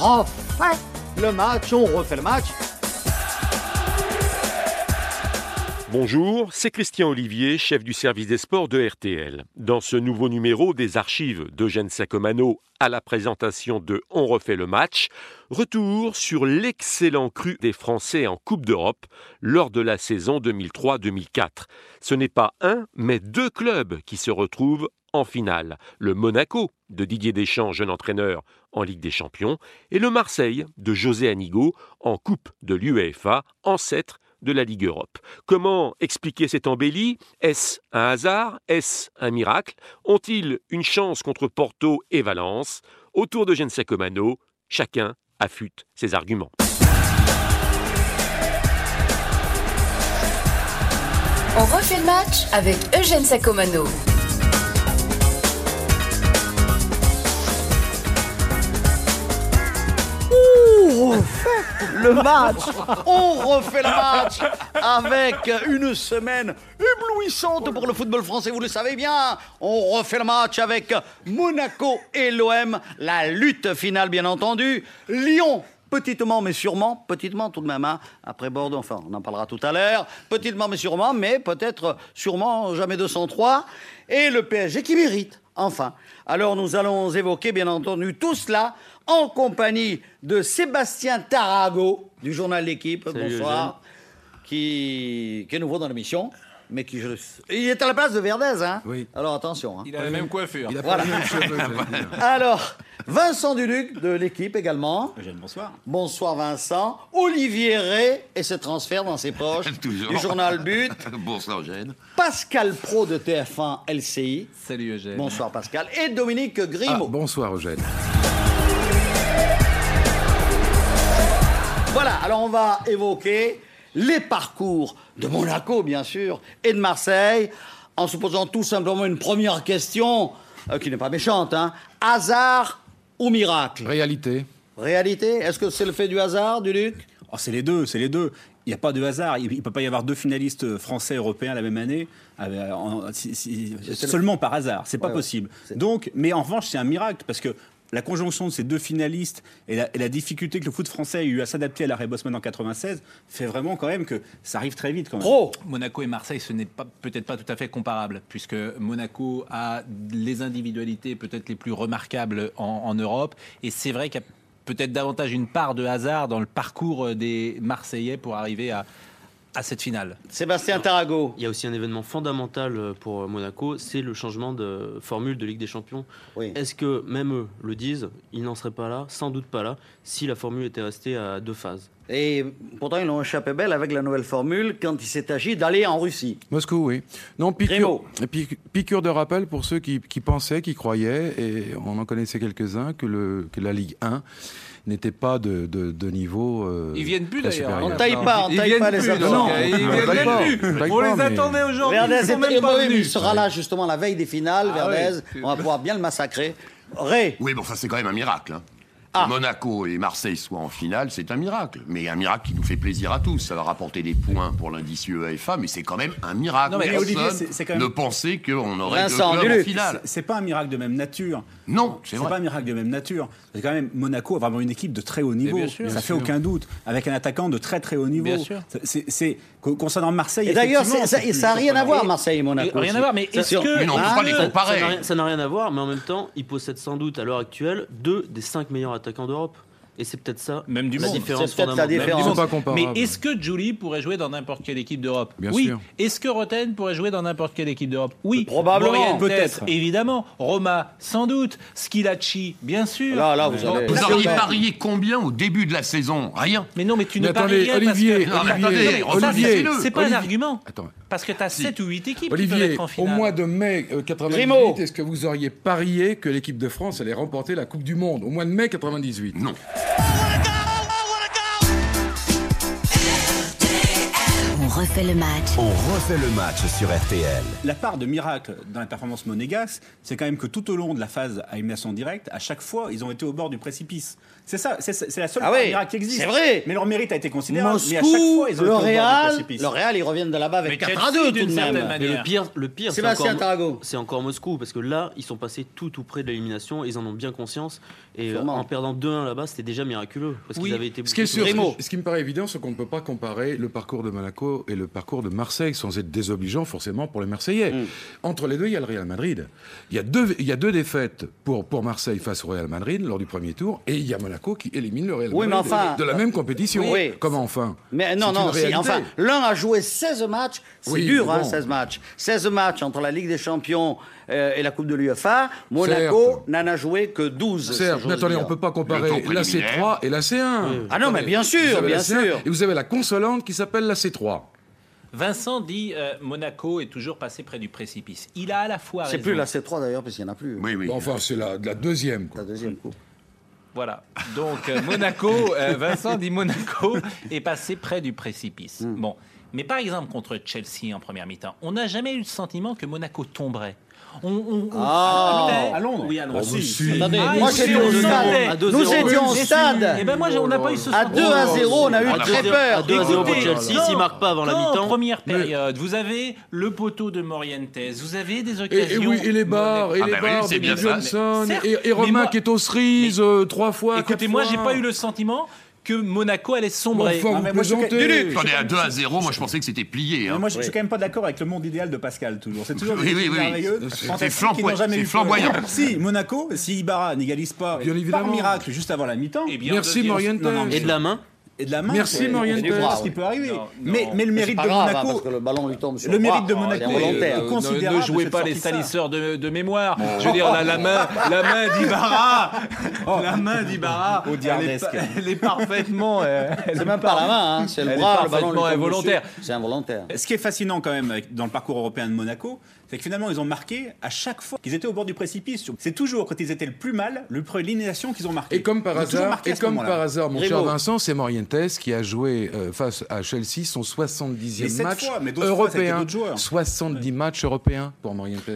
on fait le match, on refait le match. Bonjour, c'est Christian Olivier, chef du service des sports de RTL. Dans ce nouveau numéro des archives d'Eugène Sacomano à la présentation de On refait le match, retour sur l'excellent cru des Français en Coupe d'Europe lors de la saison 2003-2004. Ce n'est pas un, mais deux clubs qui se retrouvent en finale. Le Monaco de Didier Deschamps, jeune entraîneur en Ligue des Champions, et le Marseille de José Anigo en Coupe de l'UEFA, ancêtre de la Ligue Europe. Comment expliquer cette embellie Est-ce un hasard Est-ce un miracle Ont-ils une chance contre Porto et Valence Autour de Gene Sacomano, chacun affûte ses arguments. On refait le match avec Eugène Sacomano. On refait le match On refait le match avec une semaine éblouissante pour le football français, vous le savez bien. On refait le match avec Monaco et l'OM, la lutte finale bien entendu. Lyon Petitement mais sûrement, petitement tout de même, hein, après Bordeaux, enfin on en parlera tout à l'heure, petitement mais sûrement, mais peut-être sûrement jamais 203, et le PSG qui mérite, enfin. Alors nous allons évoquer bien entendu tout cela en compagnie de Sébastien Tarago du journal L'équipe, bonsoir, qui, qui est nouveau dans l'émission, mais qui je... Il est à la place de Verdez, hein Oui. Alors attention. hein. Il a la même coiffure. pas Voilà. les mêmes Alors, Vincent Duluc de l'équipe également. Eugène, bonsoir. Bonsoir Vincent. Olivier Ray et ses transferts dans ses poches. Toujours. Du journal But. Bonsoir Eugène. Pascal Pro de TF1 LCI. Salut Ah, Eugène. Bonsoir Pascal. Et Dominique Grimaud. bonsoir Eugène. Voilà, alors on va évoquer les parcours de Monaco, bien sûr, et de Marseille, en se posant tout simplement une première question, euh, qui n'est pas méchante, hein. hasard ou miracle Réalité. Réalité, est-ce que c'est le fait du hasard, du Luc Oh, c'est les deux, c'est les deux. Il n'y a pas de hasard. Il ne peut pas y avoir deux finalistes français et européens la même année euh, en- si- si- seulement par hasard. C'est pas Ouais, ouais. possible. C'est- Donc, mais en revanche, c'est un miracle parce que la conjonction de ces deux finalistes et la, et la difficulté que le foot français a eu à s'adapter à l'arrêt Bosman en 96 fait vraiment quand même que ça arrive très vite quand même. Pro Monaco et Marseille, ce n'est pas- peut-être pas tout à fait comparable, puisque Monaco a les individualités peut-être les plus remarquables en, en Europe. Et c'est vrai qu'il y a peut-être davantage une part de hasard dans le parcours des Marseillais pour arriver à, à cette finale. Sébastien Tarago. Il y a aussi un événement fondamental euh, pour Monaco, c'est le changement de formule de Ligue des Champions. Oui. Est-ce que même eux le disent Ils n'en seraient pas là, sans doute pas là, si la formule était restée à deux phases. Et pourtant, ils l'ont échappé belle avec la nouvelle formule quand il s'est agi d'aller en Russie. Moscou, oui. Non, Grémo. piqûre, pi- piqûre de rappel pour ceux qui, qui pensaient, qui croyaient, et on en connaissait quelques-uns, que, le, que la Ligue 1 n'était pas de, de- de niveau. euh, Ils viennent plus très d'ailleurs. supérieur. On taille pas, on Ah, Ils taille viennent pas les plus, absents. donc, Non, euh, Ils on viennent taille plus. pas, on taille On pas, les mais- attendait aujourd'hui. Ils Verdez sont est même pas ému, il venus. sera là justement la veille des finales, Ah Verdez. oui. On va pouvoir bien le massacrer. Ray, Oui, bon, ça c'est quand même un miracle. hein. Ah. Que Monaco et Marseille soient en finale, c'est un miracle. Mais un miracle qui nous fait plaisir à tous. Ça va rapporter des points pour l'indice UEFA, mais c'est quand même un miracle. Non, mais Personne Olivier, c'est- c'est quand même- ne pensait qu'on aurait Vincent, deux clubs dis-le. en finale. C'est- C'est pas un miracle de même nature. Non, c'est C'est vrai. pas un miracle de même nature. C'est quand même Monaco a vraiment une équipe de très haut niveau. bien sûr. ça fait aucun doute. Avec un attaquant de très très haut niveau. Bien sûr. C'est- C'est qu'on- concernant Marseille. Et d'ailleurs, c'est- effectivement, ça c'est plus n'a rien à voir, surprenant. Marseille et Monaco. Rien à aussi. voir, mais Ça, est-ce c'est- que- Mais non, on peut Ah, pas les le- comparer. Ça n'a rien- Ça n'a rien à voir, mais en même temps, ils possèdent sans doute à l'heure actuelle deux des cinq meilleurs attaquants d'Europe. Et c'est peut-être ça Même du la monde. différence C'est peut-être la fondamentale. différence. Même Ils sont du pas monde. comparables. Mais est-ce que Julie pourrait jouer dans n'importe quelle équipe d'Europe Bien Oui. sûr. Est-ce que Roten pourrait jouer dans n'importe quelle équipe d'Europe Oui. Probablement. Morientes, Peut-être. Évidemment. Roma, sans doute. Skilacci, bien sûr. Là, là, vous Donc, allez- Vous Personne. auriez parié combien au début de la saison Rien. Mais non, mais tu Mais ne paries attendez, rien Olivier, parce que... Olivier, Attendez, Olivier, ça, c'est- Olivier, c'est pas Olivier. un argument. Attends. Parce que tu as 7 ou 8 équipes qui peuvent Olivier, être en au finale. mois de mai euh, Grimaud. 98, est-ce que vous auriez parié que l'équipe de France allait remporter la Coupe du Monde au mois de mai 98 Non. I wanna go, I wanna go. On refait le match. On refait le match sur RTL. La part de miracle dans la performance monégasque, c'est quand même que tout au long de la phase à élimination directe, à chaque fois, ils ont été au bord du précipice. C'est ça, c'est- c'est la seule Ah part de oui, miracle qui existe. c'est vrai. Mais leur mérite a été considérable. mais à chaque Moscou, fois, ils le ont été au bord du Real, précipice. le Real, ils reviennent de là-bas avec 4 à 2 tout de même. Mais le pire, le pire, c'est Sébastien encore- Tarago. c'est encore, Moscou parce que là, ils sont passés tout tout près de l'élimination. Ils en ont bien conscience et euh, Sûrement. en perdant 2-1 là-bas, c'était déjà miraculeux parce qu'ils avaient été ce qui est beaucoup sûr, plus- ce qui- ce qui me paraît évident, c'est qu'on ne peut pas comparer le parcours de Monaco et le parcours de Marseille sans être désobligeant forcément pour les Marseillais. Mm. Entre les deux, il y a le Real Madrid. Il y a deux, il y a deux défaites pour, pour Marseille face au Real Madrid lors du premier tour et il y a Monaco qui élimine le Real Oui, mais Madrid enfin- euh, de la même compétition. Oui. Comment enfin Mais non, C'est une non, si, réalité. enfin, l'un a joué 16 matchs, c'est Oui, dur, mais hein, bon. 16 matchs. 16 matchs entre la Ligue des Champions euh, et la Coupe de l'UEFA. Monaco n'en a joué que 12. si Certes, j'ose mais attendez, dire. on ne peut pas comparer la C3 et la C1. Ah non, mais Attendez, bien sûr, vous avez la bien C1 sûr. Et vous avez la consolante qui s'appelle la C3. Vincent dit euh, Monaco est toujours passé près du précipice. Il a à la fois C'est raison. plus la C3 d'ailleurs, parce qu'il n'y en a plus. hein, Oui, oui. Enfin, c'est la, la deuxième. La deuxième coupe. Voilà. Donc euh, Monaco, euh, Vincent dit Monaco est passé près du précipice. Bon, mais par exemple contre Chelsea en première mi-temps, on n'a jamais eu le sentiment que Monaco tomberait. On, on- on- Ah. on- À Londres. Oui, à Londres. Oh, mais si. Attendez, Ah, moi ils j'étais sont au deux stade. zéro. À deux Nous zéro. étions au Mais stade. Eh ben moi, j'ai- on n'a pas eu ce À sentiment. 2 à 0, on a eu À très 2-0 peur. À 2 à 0 pour Écoutez, Chelsea, non. s'ils marquent pas avant la Quand, mi-temps. première période, vous avez le poteau de Morientes, vous avez des Et, occasions. et oui, et les bars, et Ah les bah oui, bars, c'est Bobby bien ça, mais- Johnson, Certes, et, et mais Romain moi- qui est aux cerises euh, trois fois. quatre Écoutez, moi, fois. j'ai pas eu le sentiment que Monaco allait sombrer. Enfin, Non, vous mais moi, je suis plaisantez. ca- Quand on est à 2 à 0, moi je pensais que c'était plié. Mais hein. moi, je, je suis quand même pas d'accord avec le monde idéal de Pascal, toujours. C'est toujours Oui, des oui, équipes oui. merveilleuses, C'est fantastiques, qui n'ont flamboy- jamais c'est eu peur. flamboyant. Si Monaco, si Ibarra n'égalise pas Bien par évidemment. miracle juste avant la mi-temps, Eh bien, Merci deuxième- Morientes. Non, non, mais- Et de la main. et de la main, Merci, c'est- Morientes. on est voir ce qui Oui. peut arriver. Non, Mais, non. mais le C'est mérite pas de grave, hein, Monaco, parce que le ballon lui tombe sur le bras. mérite de Oh, il est Monaco est- volontaire. euh, ne, Considérable, jouez cette pas les sortie de ça. salisseurs de, de mémoire. Je veux dire, la, la main, la main d'Ibarra, la main d'Ibarra, Oh. Au elle, est diardesque. pa- elle est parfaitement. euh, elle C'est est même pas la main, hein, c'est le Elle est bras, le ballon lui parfaitement tombe involontaire. dessus. C'est involontaire. Ce qui est fascinant quand même avec- dans le parcours européen de Monaco, c'est que finalement ils ont marqué à chaque fois qu'ils étaient au bord du précipice. C'est toujours quand ils étaient le plus mal, le premier l'inédation qu'ils ont marqué. Et comme par Ils ont toujours hasard, marqué à et ce comme moment-là. par hasard, mon cher Grimaud. Vincent, c'est Morientes qui a joué euh, face à Chelsea son 70e Mais cette match fois, mais d'autres fois, ça a été européen. d'autres joueurs. 70 matchs européens pour Morientes. Mais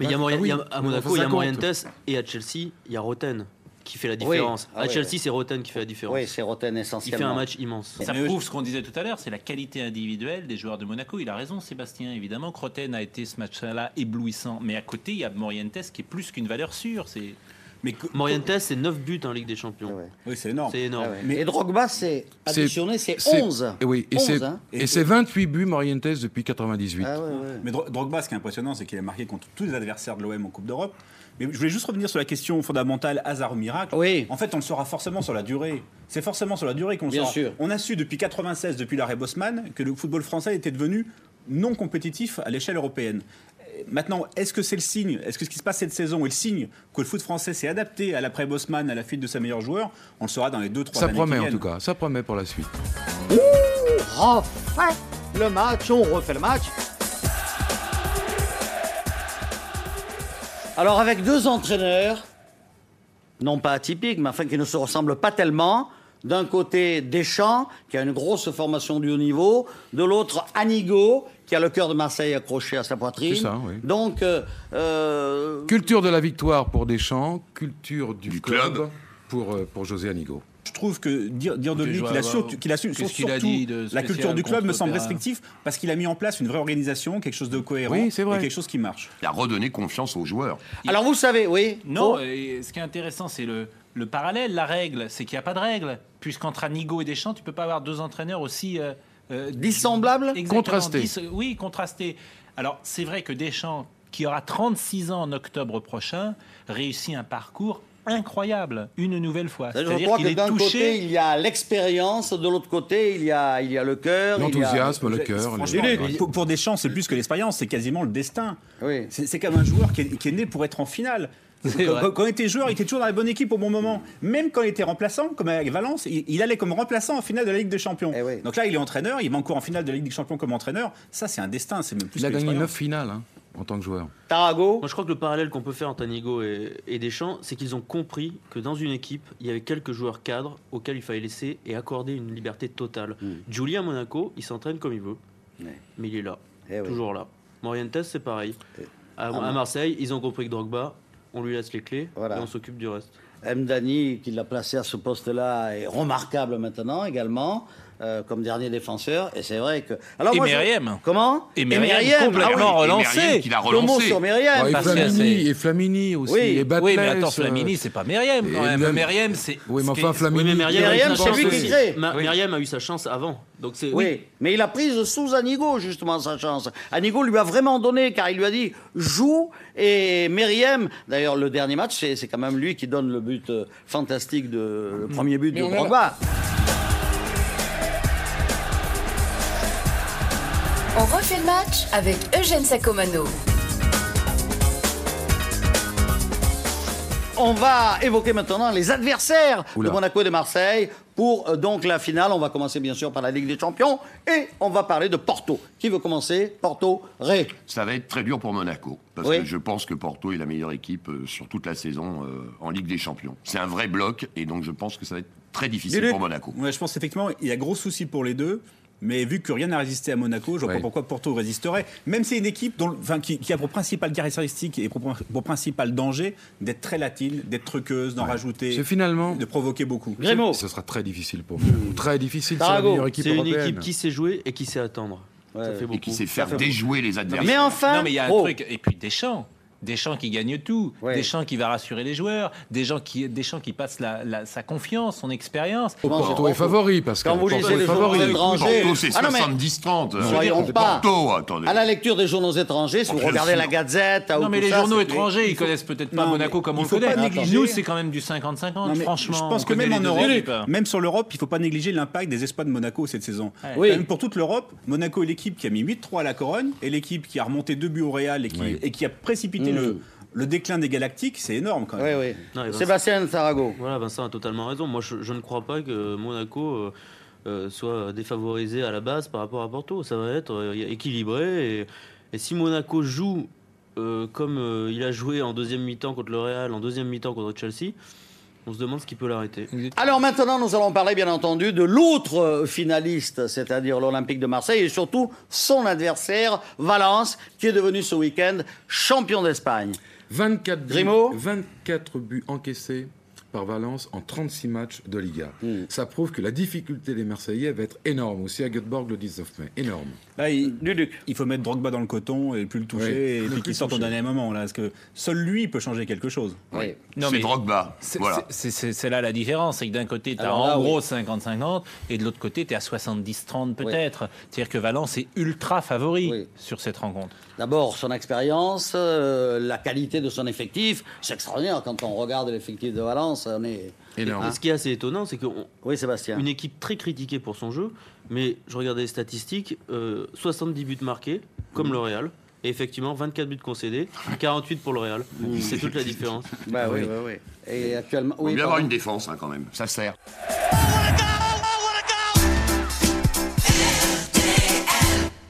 il y a Ah, Morien- oui, il y a- mais à Monaco, il y a ça compte. Morientes et à Chelsea, il y a Roten qui fait la différence. Ah à oui, Chelsea, oui. c'est Roten qui fait la différence. Oui, c'est Roten Il fait un essentiellement. match immense. Ça Mais prouve ce qu'on disait tout à l'heure, c'est la qualité individuelle des joueurs de Monaco. Il a raison, Sébastien. Évidemment, Croten a été ce match-là éblouissant. Mais à côté, il y a Morientes qui est plus qu'une valeur sûre. C'est Mais que- Morientes, c'est 9 buts en Ligue des Champions. Ah Ouais. oui, c'est énorme. C'est énorme. Mais et Drogba, c'est C'est- additionné, c'est 11. et Oui, et 11, c'est hein. et c'est 28 buts Morientes depuis 98. Ah ouais, ouais. Mais Dro- Drogba, ce qui est impressionnant, c'est qu'il a marqué contre tous les adversaires de l'OM en Coupe d'Europe. Mais je voulais juste revenir sur la question fondamentale hasard ou miracle. Oui. En fait, on le saura forcément sur la durée. C'est forcément sur la durée qu'on le Bien saura. sûr. On a su depuis 96, depuis l'arrêt Bosman, que le football français était devenu non compétitif à l'échelle européenne. Euh, Maintenant, est-ce que c'est le signe Est-ce que ce qui se passe cette saison est le signe que le foot français s'est adapté à l'après Bosman, à la fuite de ses meilleurs joueurs On le saura dans les deux, trois Ça années promet qui en viennent. tout cas, ça promet pour la suite. On refait le match, on refait le match. Alors avec deux entraîneurs, non pas atypiques, mais enfin qui ne se ressemblent pas tellement. D'un côté, Deschamps, qui a une grosse formation du haut niveau. De l'autre, Anigo, qui a le cœur de Marseille accroché à sa poitrine. C'est ça, oui. Donc, euh, euh, Culture de la victoire pour Deschamps, culture du, Du club, club. pour, euh, pour José Anigo. Je trouve que dire, dire de Écoutez, lui je qu'il vois- a, sur- qu'il a su- qu'est-ce surtout qu'il a dit de la spécial culture du club me contre semble Opéra restrictif parce qu'il a mis en place une vraie organisation, quelque chose de cohérent Oui, c'est vrai. et quelque chose qui marche. Il a redonné confiance aux joueurs. alors vous savez, oui. Oh, Non, euh, Faux et ce qui est intéressant, c'est le, le parallèle, la règle, c'est qu'il n'y a pas de règle. Puisqu'entre Anigo et Deschamps, tu peux pas avoir deux entraîneurs aussi... euh, euh, Dissemblables exactement, Contrastés. dis- oui, contrastés. Alors, c'est vrai que Deschamps, qui aura 36 ans en octobre prochain, réussit un parcours incroyable, une nouvelle fois. Je C'est-à-dire crois qu'il que est d'un côté, touché... il y a l'expérience, de l'autre côté, il y a, il y a le cœur. il y a- L'enthousiasme, le Je- cœur. les- franchement, pour, pour Deschamps, c'est plus que l'expérience, c'est quasiment le destin. Oui. C'est c'est comme un joueur qui est, qui est né pour être en finale. C'est vrai. Quand, quand il était joueur, il était toujours dans la bonne équipe au bon moment. Même quand il était remplaçant, comme avec Valence, il, il allait comme remplaçant en finale de la Ligue des Champions. Eh oui. Donc là, il est entraîneur, il va encore en finale de la Ligue des Champions comme entraîneur. Ça, c'est un destin, c'est même plus Il a que gagné l'expérience. 9 finales hein, en tant que joueur. Tarago. Moi, je crois que le parallèle qu'on peut faire entre Anigo et, et Deschamps, c'est qu'ils ont compris que dans une équipe, il y avait quelques joueurs Hmm. cadres auxquels il fallait laisser et accorder une liberté totale. Julie à Monaco, il s'entraîne comme il veut. mais il est là, Eh oui. toujours là. Morientes, c'est pareil. Ah, À, à non. Marseille, ils ont compris que Drogba, on lui laisse les clés Voilà. et on s'occupe du reste. Mdani, qui l'a placé à ce poste-là, est remarquable maintenant également, euh, comme dernier défenseur. Et c'est vrai que. Et moi, je- Meriem. Comment Et Meriem, complètement ah oui. relancé. Et Meriem qui l'a relancé. Deux mots sur Meriem. Ouais, et, parce que Flamini, c'est- et Flamini aussi. Oui. et Batles, Oui, mais attends, euh, Flamini, c'est pas Meriem quand et même. même- Meriem, c'est. Oui, mais ce enfin, qui- Flamini. Meriem, Meriem, il a c'est eu sa lui chance. qui crée. Ma- Meriem a eu sa chance avant. Donc c'est Oui. oui. mais il a prise sous Anigo, justement, sa chance. Anigo lui a vraiment donné, car il lui a dit joue. Et Meriem, d'ailleurs, le dernier match, c'est c'est quand même lui qui donne le but euh, fantastique, de, le premier but de Mm. on a- Drogba. On refait le match avec Eugène Sacomano. On va évoquer maintenant les adversaires Oula. de Monaco et de Marseille pour euh, donc la finale. On va commencer bien sûr par la Ligue des Champions et on va parler de Porto. Qui veut commencer Porto, Ré. Ça va être très dur pour Monaco, parce Oui. que je pense que Porto est la meilleure équipe euh, sur toute la saison euh, en Ligue des Champions. C'est un vrai bloc, et donc je pense que ça va être très difficile Dis-le. pour Monaco. Ouais, je pense effectivement il y a gros souci pour les deux. Mais vu que rien n'a résisté à Monaco, je vois Ouais. pas pourquoi Porto résisterait. Même c'est une équipe dont, le- enfin, qui, qui a pour principale caractéristique et pour, pour principal danger d'être très latine, d'être truqueuse, d'en rajouter, C'est finalement. de provoquer beaucoup. Grémo. Ce sera très difficile pour vous. Très difficile, c'est la Tarago, meilleure équipe C'est une européenne. équipe qui sait jouer et qui sait attendre. ça ouais. fait Et beaucoup. qui sait faire Ça fait déjouer les adversaires. Mais enfin, Non, mais il y a un oh, truc. Et puis Deschamps. Deschamps qui gagne tout, Ouais. Deschamps qui va rassurer les joueurs, Deschamps qui, Deschamps qui passe la- la- sa confiance, son expérience. comment Porto c'est- est favori parce que Quand vous Porto lisez est les journaux favori. étrangers, Porto, c'est Ah non, mais 70-30. ne euh, soyons c'est pas- Porto, attendez. à la lecture des journaux étrangers, si vous Entre le regardez la Sud. Gazette, Non, ou mais tout les ça, journaux c'est- étrangers, ils connaissent peut-être pas Non, mais Monaco comme il on le faut pas connaît. négliger- Nous, c'est quand même du Non, 50-50, mais franchement. je pense on que connaît même en les deux Europe, équipes. hein. même sur l'Europe, il ne faut pas négliger l'impact des exploits de Monaco cette saison. Oui. Même pour toute l'Europe, Monaco est l'équipe qui a mis 8-3 à la Corogne et l'équipe qui a remonté deux buts au Real et qui, et qui a Mmh. précipité le, le déclin des Galactiques. C'est énorme quand même. Oui, oui. Non, et Vincent- Sébastien Tarago. Voilà, Vincent a totalement raison. Moi, je, je ne crois pas que Monaco euh, euh, soit défavorisé à la base par rapport à Porto. Ça va être euh, équilibré. Et, et si Monaco joue euh, comme euh, il a joué en deuxième mi-temps contre le Real, en deuxième mi-temps contre Chelsea, on se demande ce qui peut l'arrêter. Alors maintenant, nous allons parler bien entendu de l'autre euh, finaliste, c'est-à-dire l'Olympique de Marseille et surtout son adversaire, Valence, qui est devenu ce week-end champion d'Espagne. 24 buts, Grimaud 24 buts encaissés par Valence en 36 matchs de Liga. Ça prouve que la difficulté des Marseillais va être énorme aussi à Göteborg le 19 mai. Énorme. Là, Bah, il, il faut mettre Drogba dans le coton et plus le toucher Oui. et Ne puis plus qu'il sorte au toucher. dernier moment. Là, parce que seul lui peut changer quelque chose. Oui. Non, c'est mais- Drogba. C'est Voilà. c'est- c'est- c'est là la différence, c'est que d'un côté, tu as Alors en là, oui. gros 50-50, et de l'autre côté, tu es à 70-30 peut-être. C'est-à-dire que Valence est ultra favori Oui. sur cette rencontre. D'abord, son expérience, euh, la qualité de son effectif. C'est extraordinaire quand on regarde l'effectif de Valence. On est... Énorme. Et ce qui est assez étonnant, c'est qu'on Oui, Sébastien. Une équipe très critiquée pour son jeu, mais je regardais les statistiques, euh, 70 buts marqués, comme le Real, et effectivement 24 buts concédés, 48 pour le Real. C'est toute la différence. Bah oui, oui, oui. Et actuellement. Il Oui, va y avoir pardon. une défense hein, quand même. Ça sert.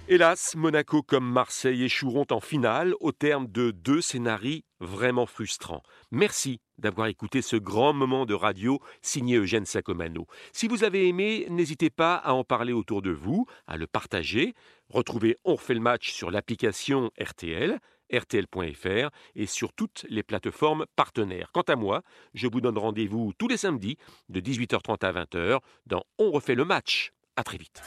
Hélas, Monaco comme Marseille échoueront en finale au terme de deux scénarios vraiment frustrants. Merci d'avoir écouté ce grand moment de radio signé Eugène Sacomano. Si vous avez aimé, n'hésitez pas à en parler autour de vous, à le partager. Retrouvez On refait le match sur l'application RTL, rtl.fr et sur toutes les plateformes partenaires. Quant à moi, je vous donne rendez-vous tous les samedis de 18h30 à 20h dans On refait le match. À très vite.